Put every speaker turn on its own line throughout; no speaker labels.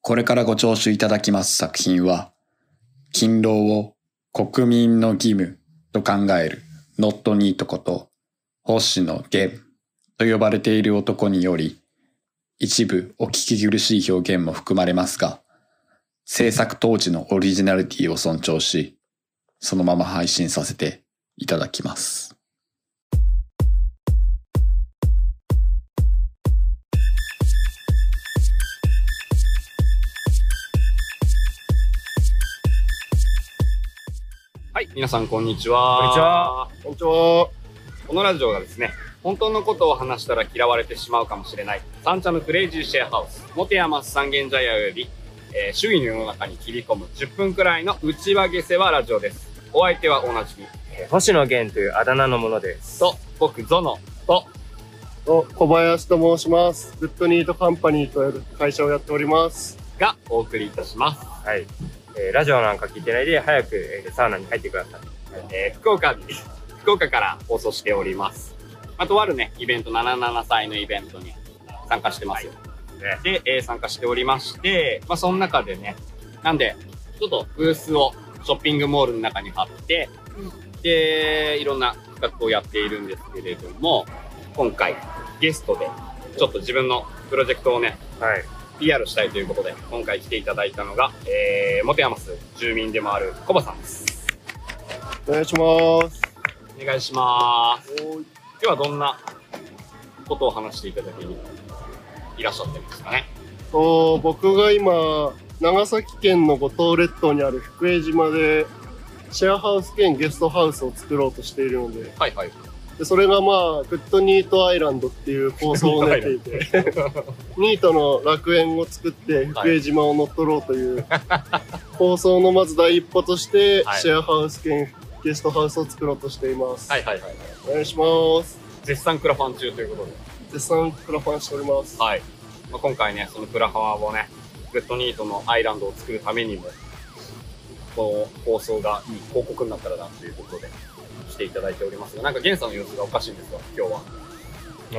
これからご聴取いただきます作品は、勤労を国民の義務と考えるノットニートこと、星野源と呼ばれている男により、一部お聞き苦しい表現も含まれますが、制作当時のオリジナリティを尊重し、そのまま配信させていただきます。
はい、皆さんこんにちは。
こんにちは。
こんにちは。このラジオがですね、本当のことを話したら嫌われてしまうかもしれない、三茶のクレイジーシェアハウス、モテヤマス三軒茶屋より、えー周囲の世の中に切り込む10分くらいの内輪下世話ラジオです。お相手はおなじみ、
えー星野源というあだ名のものです。
と、僕、ゾノ、と、
お小林と申します。グッドニートカンパニーという会社をやっております。
がお送りいたします。
はい。えーラジオなんか聞いてないで、早く、えーサウナに入ってください。
えー福岡に、福岡から放送しております。あとあるね、イベント、77歳のイベントに参加してますよ。
ね
で、えー参加しておりまして、まあ、その中でね、なんで、ちょっとブースをショッピングモールの中に貼って、で、いろんな企画をやっているんですけれども、今回、ゲストで、ちょっと自分のプロジェクトをね、
はい。
PR したいということで、今回来ていただいたのが、えー、モテヤマス住民でもあるコバさんです。
お願いします。
お願いします。今日はどんなことを話していただけにいらっしゃってますかね。
と僕が今、長崎県の五島列島にある福江島で、シェアハウス兼ゲストハウスを作ろうとしているので、
はいはい。
でそれがまあ、グッドニートアイランドっていう構想を練って いて、ニートの楽園を作って福江島を乗っ取ろうと いう、構想のまず第一歩として、
はい
シェアハウス兼ゲストハウスを作ろうとしています。
はいはいはい。
お願いします。
絶賛クラファン中ということで。
絶賛クラファンしております。
はい。まあ、今回ね、そのクラファンをね、グッドニートのアイランドを作るためにも、この放送がいい広告になったらなということで、来ていただいておりますが、なんかゲンさんの様子がおかしいんですよ、今日は。
あ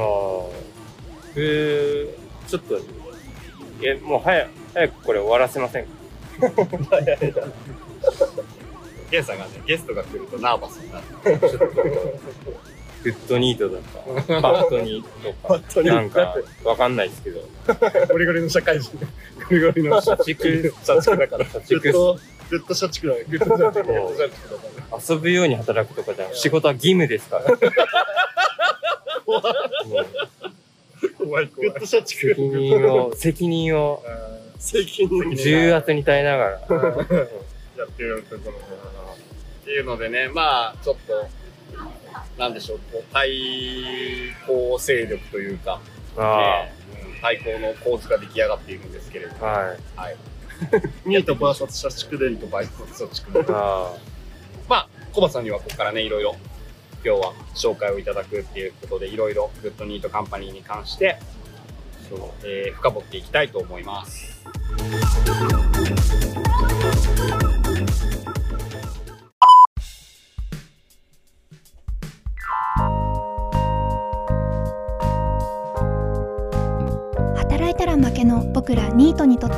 ー僕、ちょっと、え、もう早く、早くこれ終わらせませんか
ゲンさんがね、ゲストが来るとナーバスになる。
グッドニートだと か、バッドニート
当
とか、なんか、わかんないですけど、
ゴリゴリの社会人。ゴリゴリの社
社畜、
畜だから。ずっ
畜
と、ずっと社畜だね。
もう遊ぶように働くとかじゃん。仕事は義務ですから。もう
怖い怖い。ずっと社畜。
責任を、責任を、
責任
重圧に耐えながら。
やってるところ。
っていうのでね、まあ、ちょっと、なんでしょう、こう対抗勢力というか、
あ
ねうん対抗の構図が出来上がっているんですけれども、
あ、はい。
ニートバーサス社畜でいいと
バイトそっち くん
あ
まあ、コバさんにはここからね、いろいろ、今日は紹介をいただくっていうことで、いろいろ、グッドニートカンパニーに関して、そうえー深掘っていきたいと思います。
働いたら負けの僕らニートにとって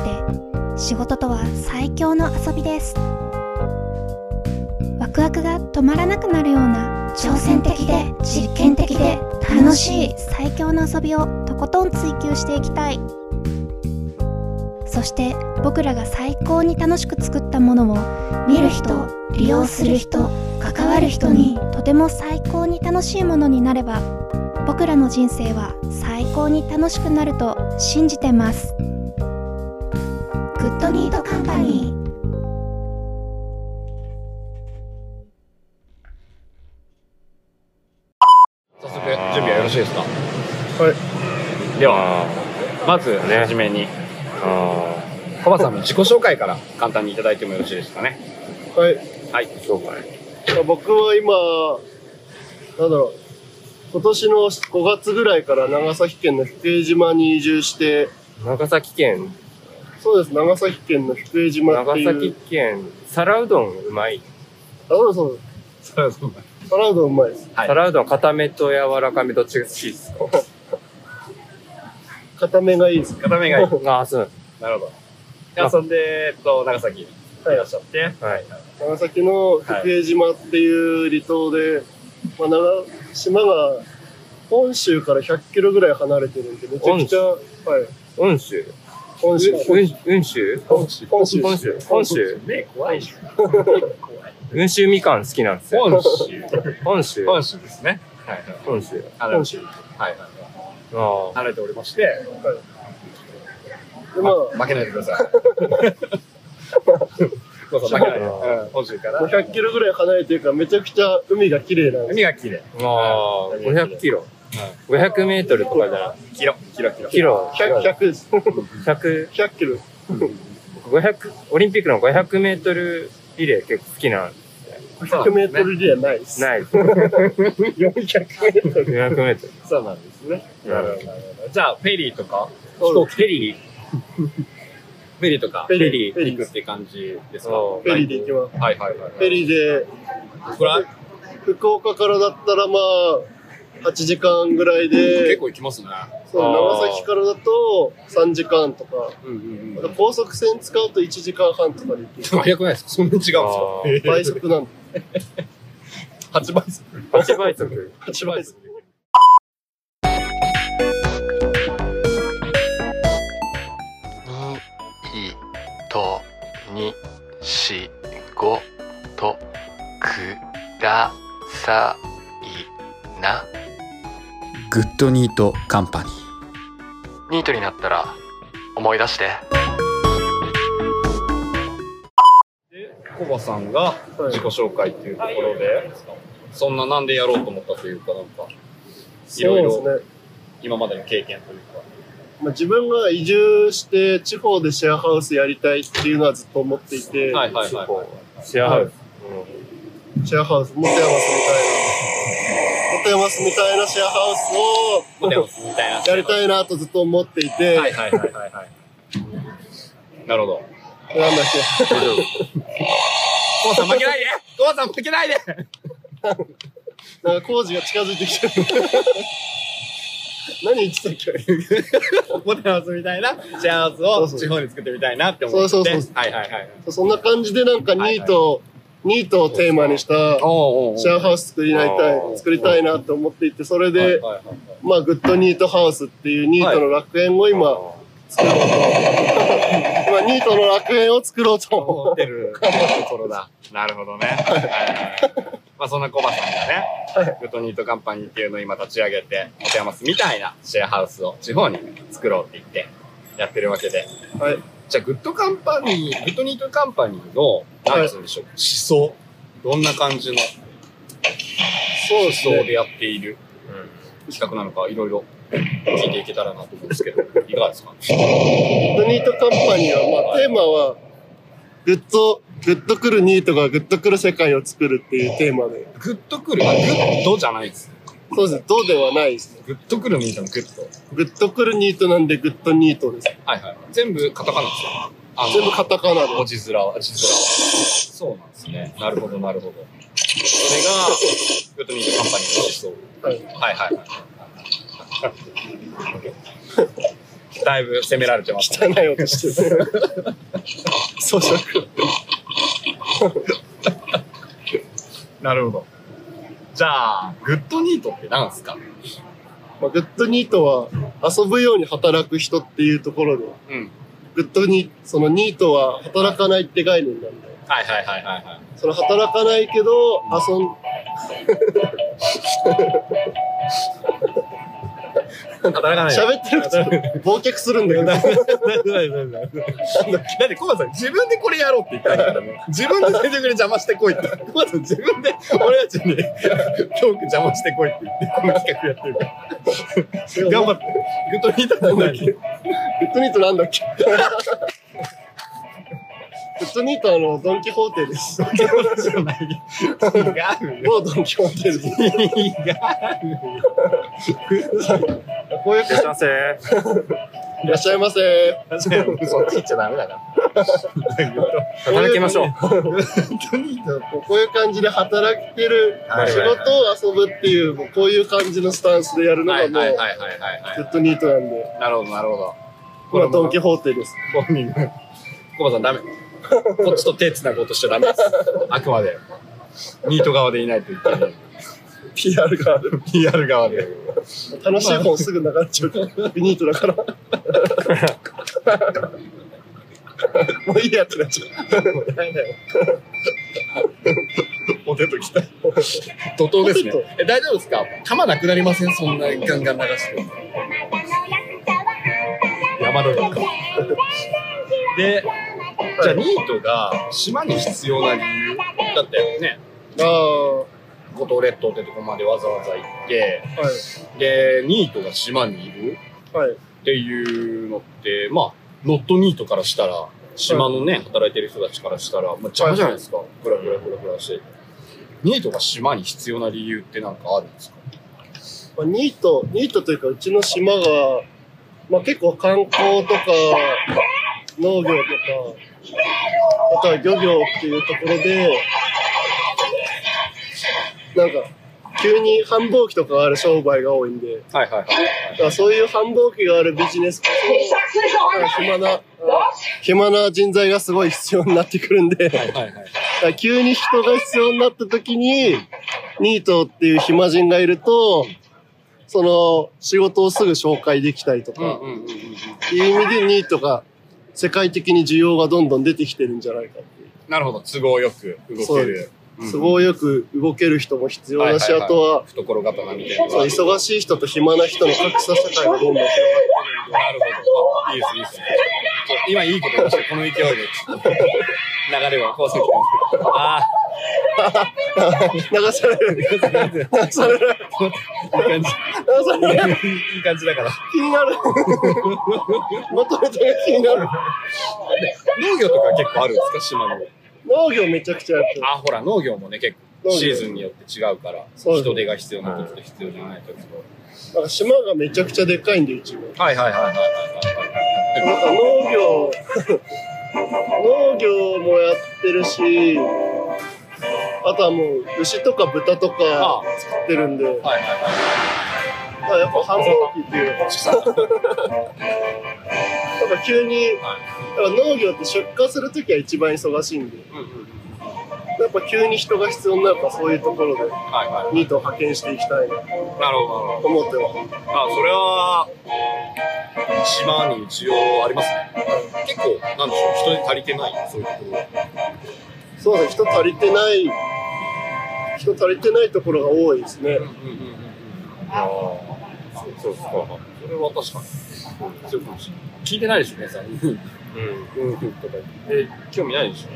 仕事とは最強の遊びですワクワクが止まらなくなるような挑戦的で実験的で楽しい最強の遊びをとことん追求していきたいそして僕らが最高に楽しく作ったものを見る人利用する人関わる人にとても最高に楽しいものになれば僕らの人生は最高に楽しくなると信じてますグッドニートカンパニー
早速、準備はよろしいですか
あ。では、
まず、
ね
はじめに、
あ
コバさんの自己紹介から簡単にいただいてもよろしいですかね。
はい。
はい。
そうかね。
僕は今、なんだろう、今年の5月ぐらいから長崎県の福江島に移住して、
長崎県、
そうです、長崎県の福江島っ
長
ていう。
崎県、皿うどんうまい。
あ、そうそう。
そうです。
サラダうまいです。
はい
皿うどん固めと柔らかめどっちが好きですか
固めがいいです。
片目がいい。
ああ、そう
なるほど。で、遊んで、えっと、長崎にいらっしゃって、
なんはい。
長崎の福江島っていう離島で、まあ、長島が本州から100キロぐらい離れてるんで、めちゃくちゃ、はい、
温州
本州、
温州
本州、本州、
本州本州
ね、怖いし。
温州みかん好きなんですよ。
本州。
本州
本州ですね。はい。
本州。
本州。はい。
ああ。
離れておりまして、
でまあ、
負けないでくださ い。そうそう、負けないで。うん本州から。
100キロぐらい離れてるからめちゃくちゃ海が綺麗なんです
海が綺麗。
ああ、500キロ。500メートルとかじゃな
キロ、キロ、キロ。
い。キロ。
100, 100です。
100、
100キロ。
500、オリンピックの500メートルリレー結構好きなん
そう
100メ
な
ート
んですね。
ルリレーない です。
ない ?400
400メートル。
メート
そうなんですね。
ル。
なるほどなるほどじゃあ、フェリーとか
そ
飛行
う
機、フェリーフェリーとか、
フ
フ
ェ
ェ
リー
リー行くって感じですか
そ
フェリーで行きます。
はいはいはい。
フェリーで、
これは
福岡からだったらまあ、8時間ぐらい
結
で、
構行きますね。
そう
あー
長崎からだと3時間とか、
うんうんうん。
高速船使うと1時間半とかで行け
早くないですかそんなに違うんですか
あー
えー
る。倍速なんで。
八倍速。
8倍速。
八倍速。
に、い、と、に、し、ご、と、く、ら、さ、い、な。
グッドニートカンパニー。
ニートになったら、思い出して。
コバさんが自己紹介っていうところで、そんななんでやろうと思ったというか、なんか、いろいろ
そうですね。
今までの経験というか。
まあ、自分が移住して地方でシェアハウスやりたいっていうのはずっと思っていて、
はいはいはいはい。
シェアハウス。
シェアハウス、元山住みたいな、元山住みたいなシェアハ
ホテル
ウ
みたいな。
スをやりたいなとずっと思っていて、
はいはいはいはいはい。なるほど。
なんだっけ、
コバさん負けないでコバさん負けないで
なんか工事が近づいてきてる。 何言ってたっけ
ホテル遊みたいなシェアハウスを地方に作ってみたいなって思って。
そうそうそう
はいはいはい。
そんな感じでなんかニート、ニートをテーマにした
お
シェアハウス作りなりたい
お、ー
作りたいなと思っていて、それ
はい
で、
はいはい
まあ、グッドニートハウスっていうニートの楽園を今、作ろうと。 今、ニートの楽園を作ろうと 思
思ってるところだ。なるほどね。はいはいはいまあそんなコバさんがね、グッドニートカンパニーっていうのを今立ち上げて、持て余すみたいなシェアハウスを地方に作ろうって言ってやってるわけで。
う。はい。
じゃあグッドカンパニー、グッドニートカンパニーの、なんつうんでしょう、思想。どんな感じの
そう
思
です
想
ね。
でやっている企画なのか、いろいろ聞いていけたらなと思うんですけど、いかがですか
グッドニートカンパニーは、まあ、テーマは、グッド、グッド来るニートがグッド来る世界を作るっていうテーマで。
グッとくる、あグッドじゃないです。
そうです。どうではないですね。
グッとくるみたいなグッド。
グッド来るニートなんでグッドニートです。
はいはい。全部カタカナですよ。あの
全部カタカナで。
文字面は、字面は。そうなんですね。なるほど、なるほど。それが、グッドミートカンパニーの思想。はいはいはい。だいぶ責められてます、
汚い音してる。 そうし
なるほど。じゃあ、グッドニートって何ですか
まあ、グッドニートは、遊ぶように働く人っていうところで、
うん。
グッドニそのニートは働かないって概念なんで。
はいはいはいはいはい。
その働かないけど、遊ん、
働かない。
喋ってる口、忘却するんだよ ね。
だってコバさん自分でこれやろうって言ったんだからね。自分で全力で邪魔してこ いって。コバさん自分で俺たちにトーク邪魔してこいって言って、この企画やってるから。頑張って。グッドニートなんだっけ
グッドニートなんだっけグッドニートはあの、ドンキホーテです。
じゃない。違 うよ。
某ドンキホーテです。
違うよ。
いらっしゃいませ。
いらっしゃいませ。
そっち行っちゃダメだから。
働きましょう。
こういう感じで働ける、
はい
仕事を遊ぶっていう、もうこういう感じのスタンスでやるの
は
が
い
も、
はいうはいはいはいは
ずっとニートなんで、
い。なるほど、なるほど。
これはドン・キホーテです。
コバさんダメ。こっちと手つなごうとしちゃダメです。あくまで。ニート側でいないといけない。
PR がある。
PR 側で。
楽しい本すぐ流れちゃうから、ニートだから。もういいやってなっちゃう。ないない
ポテトきたい。怒涛ですね
ポテ。
え、大丈夫ですか弾なくなりませんそんなガンガン流して。山の中。で、じゃあニートが島に必要な理由だったよね。
ああ、は
五島列島ってとこまでわざわざ行って、
い。
で、ニートが島にいる
はい。
っていうのって、まあ、ノットニートからしたら、島のね、働いてる人たちからしたら、まあ、邪魔じゃないですか。ぐらぐらぐらぐらして。ニートが島に必要な理由ってなんかあるんですか
まあ、ニート、ニートというか、うちの島が、まあ結構観光とか、農業とか、あとは漁業っていうところで、なんか、急に繁忙期とかある商売が多いんで、
はいはい
だからそういう繁忙期があるビジネスこそ、なんか暇な、暇な人材がすごい必要になってくるんで、
はい。はいはいはい。
だから急に人が必要になった時に、ニートっていう暇人がいると、その仕事をすぐ紹介できたりと
うん
か、
うんうんうん。
っていう意味でニートが世界的に需要がどんどん出てきてるんじゃないかっていう。
なるほど。都合よく動
そ
け
うで
る。うん
都合よく動ける人も必要だし、
はいはいはい
あとは、
懐刀みたいなの
そ
が。
う忙しい人と暇な人の格差社会がどんどん広がってるんで。
なるほど。あいいです、いいです。ちょ今いいこと言いました。この勢いで。流れがこうする。ああ、
流される。流される。
いい感じ。
流される。
いい感じだから。
気になる。 まとめたが気になる。
農業とか結構あるんですか島の。
農業めちゃくちゃやってる。
あ、ほら、農業もね、結構
農業
シーズンによって違うから、
そうです
人手が必要な時と必要じゃない時と。
なんか島がめちゃくちゃでかいんで、うちも。
はいはいはいはいはい
なん
は
か農業、 農業もやってるし、あとはもう牛とか豚と
い。あ、は
か
い
やってるんで、だか
はいは
らやっぱ繁忙期っていうの が、やっぱ急に、やっ
は
ぱ農業って出荷するときは一番忙しいんで、
い。うんうんうん
やっぱ急に人が必要になるからそういうところで
はいは
ニートを派遣していきたい
い。な
なと
るほど、なるほど。
思っては。
あ、それは、島に一応ありますね。結構、なんでしょう、人手足りてない、そういうところは。
そうですね、人足りてない、人足りてないところが多いですね。
うんうんうんうん。ああ、そうそうですか。それは確かに。そうかもしれない。聞いてないでしょ、皆さん。
うん。
うんうんとか言って。え、興味ないでしょ。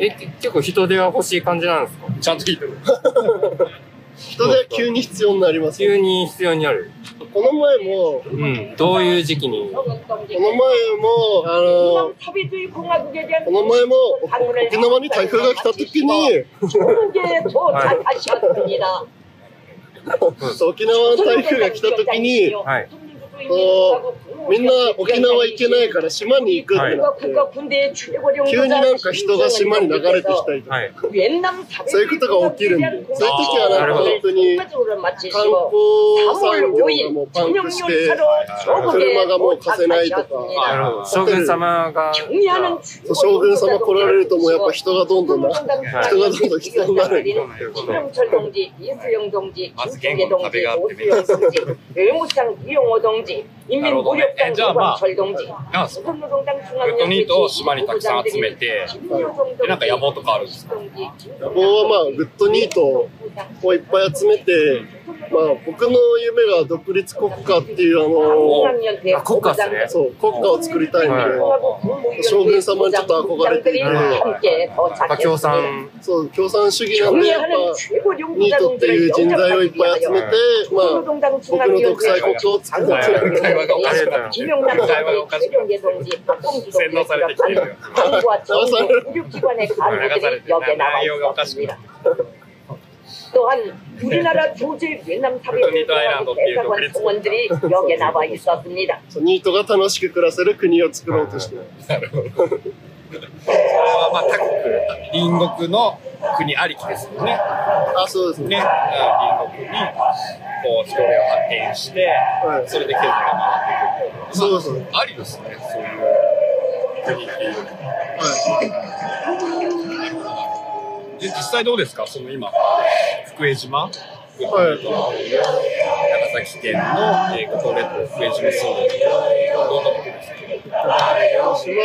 え、け結構人手が欲しい感じなんですか
ちゃんと聞いてる。
人で急に必要になりますよ
急に必要になる。
この前も、
うん。どういう時期に。
この前も、あの、この前も、沖縄に台風が来た時に、沖縄の台風が来た時に、
はい。
みんな沖縄行けないから島に行くってなって、急になんか人が島に流れてきたりとか、
はい。
そういうことが起きるんで、そういう時はなんか本当に、観光産業がもうパンクして、車がもう貸せないとか、
なるほど。
将軍様が、
そう将軍様来られるともうやっぱ人がどんどんな、人がどんどん必要になる。
なんかそこ、グッドニートを島にたくさん集めて、で、なんか野望とかあるんですか
ここはまあ、グッドニートをいっぱい集めて、まあ、僕の夢が独立国家っていう、あの、
あ国家っすね
そう、国家を作りたいんで、
将軍様にちょっと憧れていて、
パキオさん、
そう、共産主義なんで、やっぱ、ニ
ニ
ー
ー
ト
ト
っ
ってて
い
いうう
人
人
材
材
を
を
い
い
っ
っ
ぱ
ぱ
い
い
集
集
め
め
て
て、、
ま
ま
あ
あ、、
僕の
僕の
独
独
裁
裁
国
国
家
家
を
を
作
作
っ
ってて
作って
会話がおかしくなってる洗脳されてきてるよ。流されてる内容がおかしくなってる。
북미도 아일랜드 어때요? 독립.
나와 있었습니다.
そうニートが楽しく暮らせる国を作ろうとしてる。
はまあ他国、隣国の国ありきですよね。
あ、そうですね。
ね、うん隣国にこう人手を発展して、
はい、
それで経済が回っていく。
そうですね。
ありですね、そういう国っていうのは。
はい。
で実際どうですか、その今、福江島、はい、長崎県の、えー、五島列島福江島騒動、どんなことですか
島は、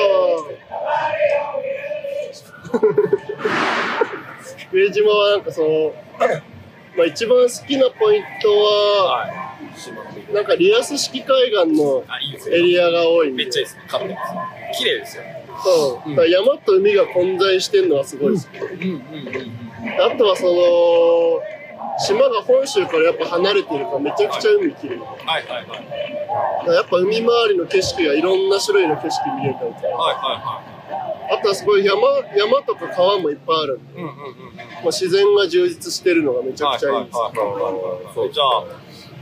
上島はなんかその、まあ一番好きなポイントは、
はい、島の魅力
なんかリアス式海岸の
あ、いいです
エ
ね。
リアが多いん
め
で
っちゃいいですね、カットです。綺麗ですよ。
そう
うん
だから山と海が混在してるのはすごいです、
うんうんうん。
あとはその島が本州からやっぱ離れてるからめちゃくちゃ海綺麗だか
はいはいはい。はい
らやっぱ海周りの景色がいろんな種類の景色見れたりとか
は
あとはすごい山山とか川もいっぱいあるんで、
いはい。うんうんうん。
まあ、自然が充実してるのがめちゃくちゃいいです、
はいはいはいはいそうじゃあ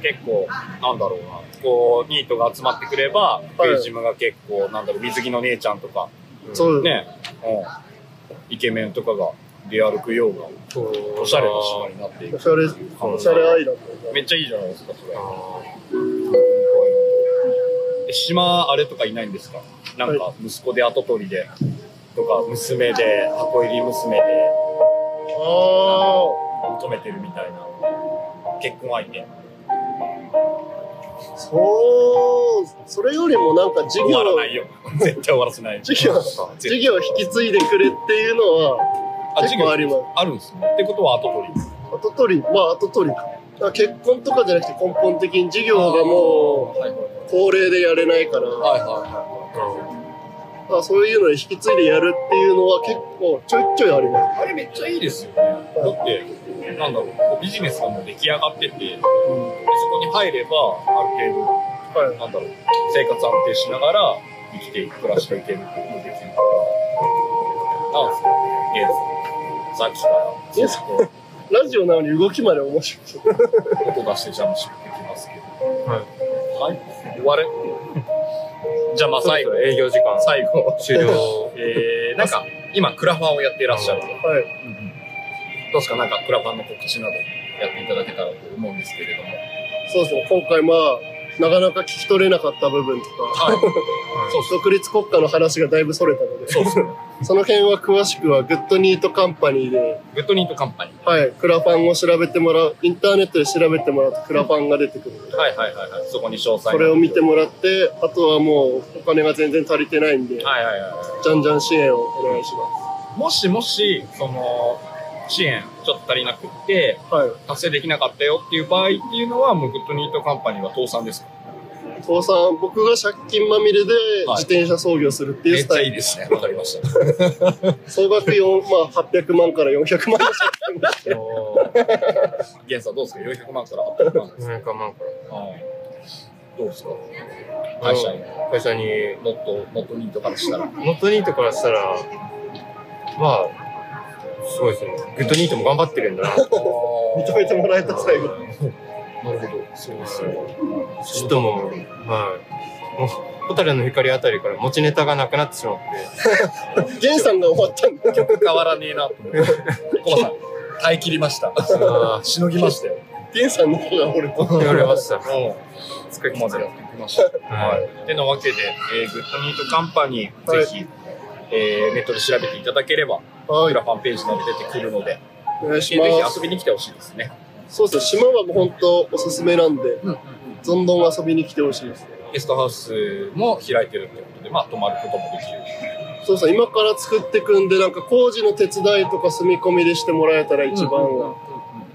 結構なんだろうなこうニートが集まってくれば
い
ページムが結構なんだろう水着の姉ちゃんとか
そう
ね、うん、イケメンとかが出歩くようなおしゃれな島になってい
お
く
しゃれおしゃれアイランド
めっちゃいいじゃないですかそれえ島あれとかいないんですかなんか息子で跡取りでとか娘で箱入り娘で
あ
求めてるみたいな結婚相手
あそうそれよりもなんか授
終
業
わらないよ。絶対終わらせない。
授業授業引き継いでくれっていうのは
あ、
結
授業
構あります
あるんですね。ってことは後取り。
後取りまあ後取りかだから結婚とかじゃなくて根本的に事業がも
はいはいう
高齢でやれないから、
はいは
まあ、そういうのに引き継いでやるっていうのは結構ちょいちょいありま
い。あれめっちゃいいですよね。だって、なんだろう、こうビジネスがもう出来上がってて、でそこに入れば、ある程
す、はい
度、なんだろう、生活安定しながら生きていく、暮らしていけるっていうのができるから。なんですか、ゲイズさっきから、ずっと
ラジオなのに動きまで面白い
音出してジャムしてきますけど。はい。はい。終われ。じゃあまあ最後。
営業時間
最後。
終了。
えー、なんか、今、クラファンをやっていらっしゃる。ど
はい、
うですかなんか、クラファンの告知などやっていただけたらと思うんですけれども。
そうですね今回まあなかなか聞き取れなかった部分とか
はい。そう
独立国家の話がだいぶそれたので
そうそうそう。
その辺は詳しくはグッドニートカンパニーで、
グッドニートカンパニー。
はい、クラファンを調べてもらうインターネットで調べてもらうとクラファンが出てくるので
はいはいはいはい。そこに詳細。
それを見て。もらってあとはもうお金が全然足りてないんで、
はいはいは
じゃんじゃん支援をお願いしま
い。もしもし、その、支援、ちょっと足りなくって、
す。はい。
達成できなかったよっていう場合っていうのは、もうグッドニートカンパニーは倒産ですか
父さん、僕が借金まみれで
はい
自転車操業するっていう
めっ
ス
ち
タ
ゃ
イ
いい
ル。
ですね。わかりました。
総額4、まあ800万から400万の借金がして。
ゲンさんどうですか ?400 万から800万です。
なんかなんか
はい。どうですか会社員。
会社に
もっと、もっとニートからしたら。
ノットニートからしたらまあすごいですねグッドニートも頑張ってるんだな
認めてもらえた最後。
なるほど。そうですよ。
ちょっともうはいもう蛍の光あたりから持ちネタがなくなってしまって
ゲンさんが終わったんだ。
曲変わらねえなと思って。コバさん、耐え切りました。
あ
しのぎましたよ。
ゲンさんの方が俺と。
あ言われました
うん。つくまでやってきました。はい。てなわけで、えーグッドニートカンパニー、
はい
ぜひ、えーネットで調べていただければ、
は
ク
い。
ラファンページなど出てくるので、
お願い
ぜ
し
ひ
ます。
遊びに来てほしいですね。
そうですね。島はもう本当おすすめなんで、どんどん遊びに来てほしいです。
ゲストハウスも開いてるってことで、まあ、泊まることもできる。
そうそう、今から作ってくんで、なんか工事の手伝いとか住み込みでしてもらえたら一番は。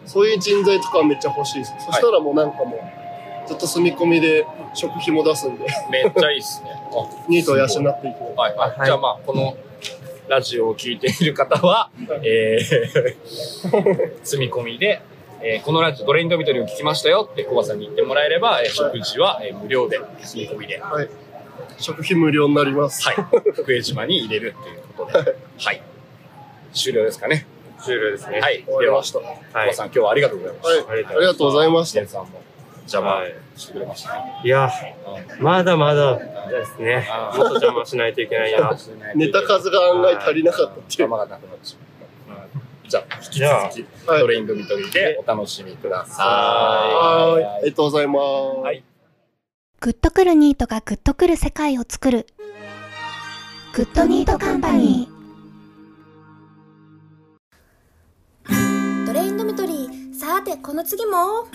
そういう人材とかはめっちゃ欲しいです。そしたらもうなんかもう、ずっと住み込みで食費も出すんで、
めっちゃいいっすね。あ
ニートを養っていく。
はいはい。じゃあまあ、このラジオを聞いている方は、えー 積み込みで、えーこのラジオ、ドレインドミトリーを聞きましたよってコバさんに言ってもらえれば、えー食事は、えー無料で、積み込みで、は
はい。食費無料になります。
い。福江島に入れるっていうことで、はい。終了ですかね。
終了ですね
はい。
終わ
で
り
は
ま、した。はい。
コバさん今日はありがとうございました。
ありがとうございまし
ジ
た
ェ。ンさんも。邪魔
はい
してくれましたね。
いや、まだまだですね。もっと邪魔しないといけないな。
ネタ数が案外足りなかったってい
邪
う。
魔がなくなってしまった。じゃあ、
じゃあ、
引き続き
はい
トレインド見取りでお楽しみくだ
は
さい。
ーい。ありがとうございます。
はい
グッとくるニートがグッとくる世界を作る。グッドニートカンパニ
ドレインドミトリーさてこの次も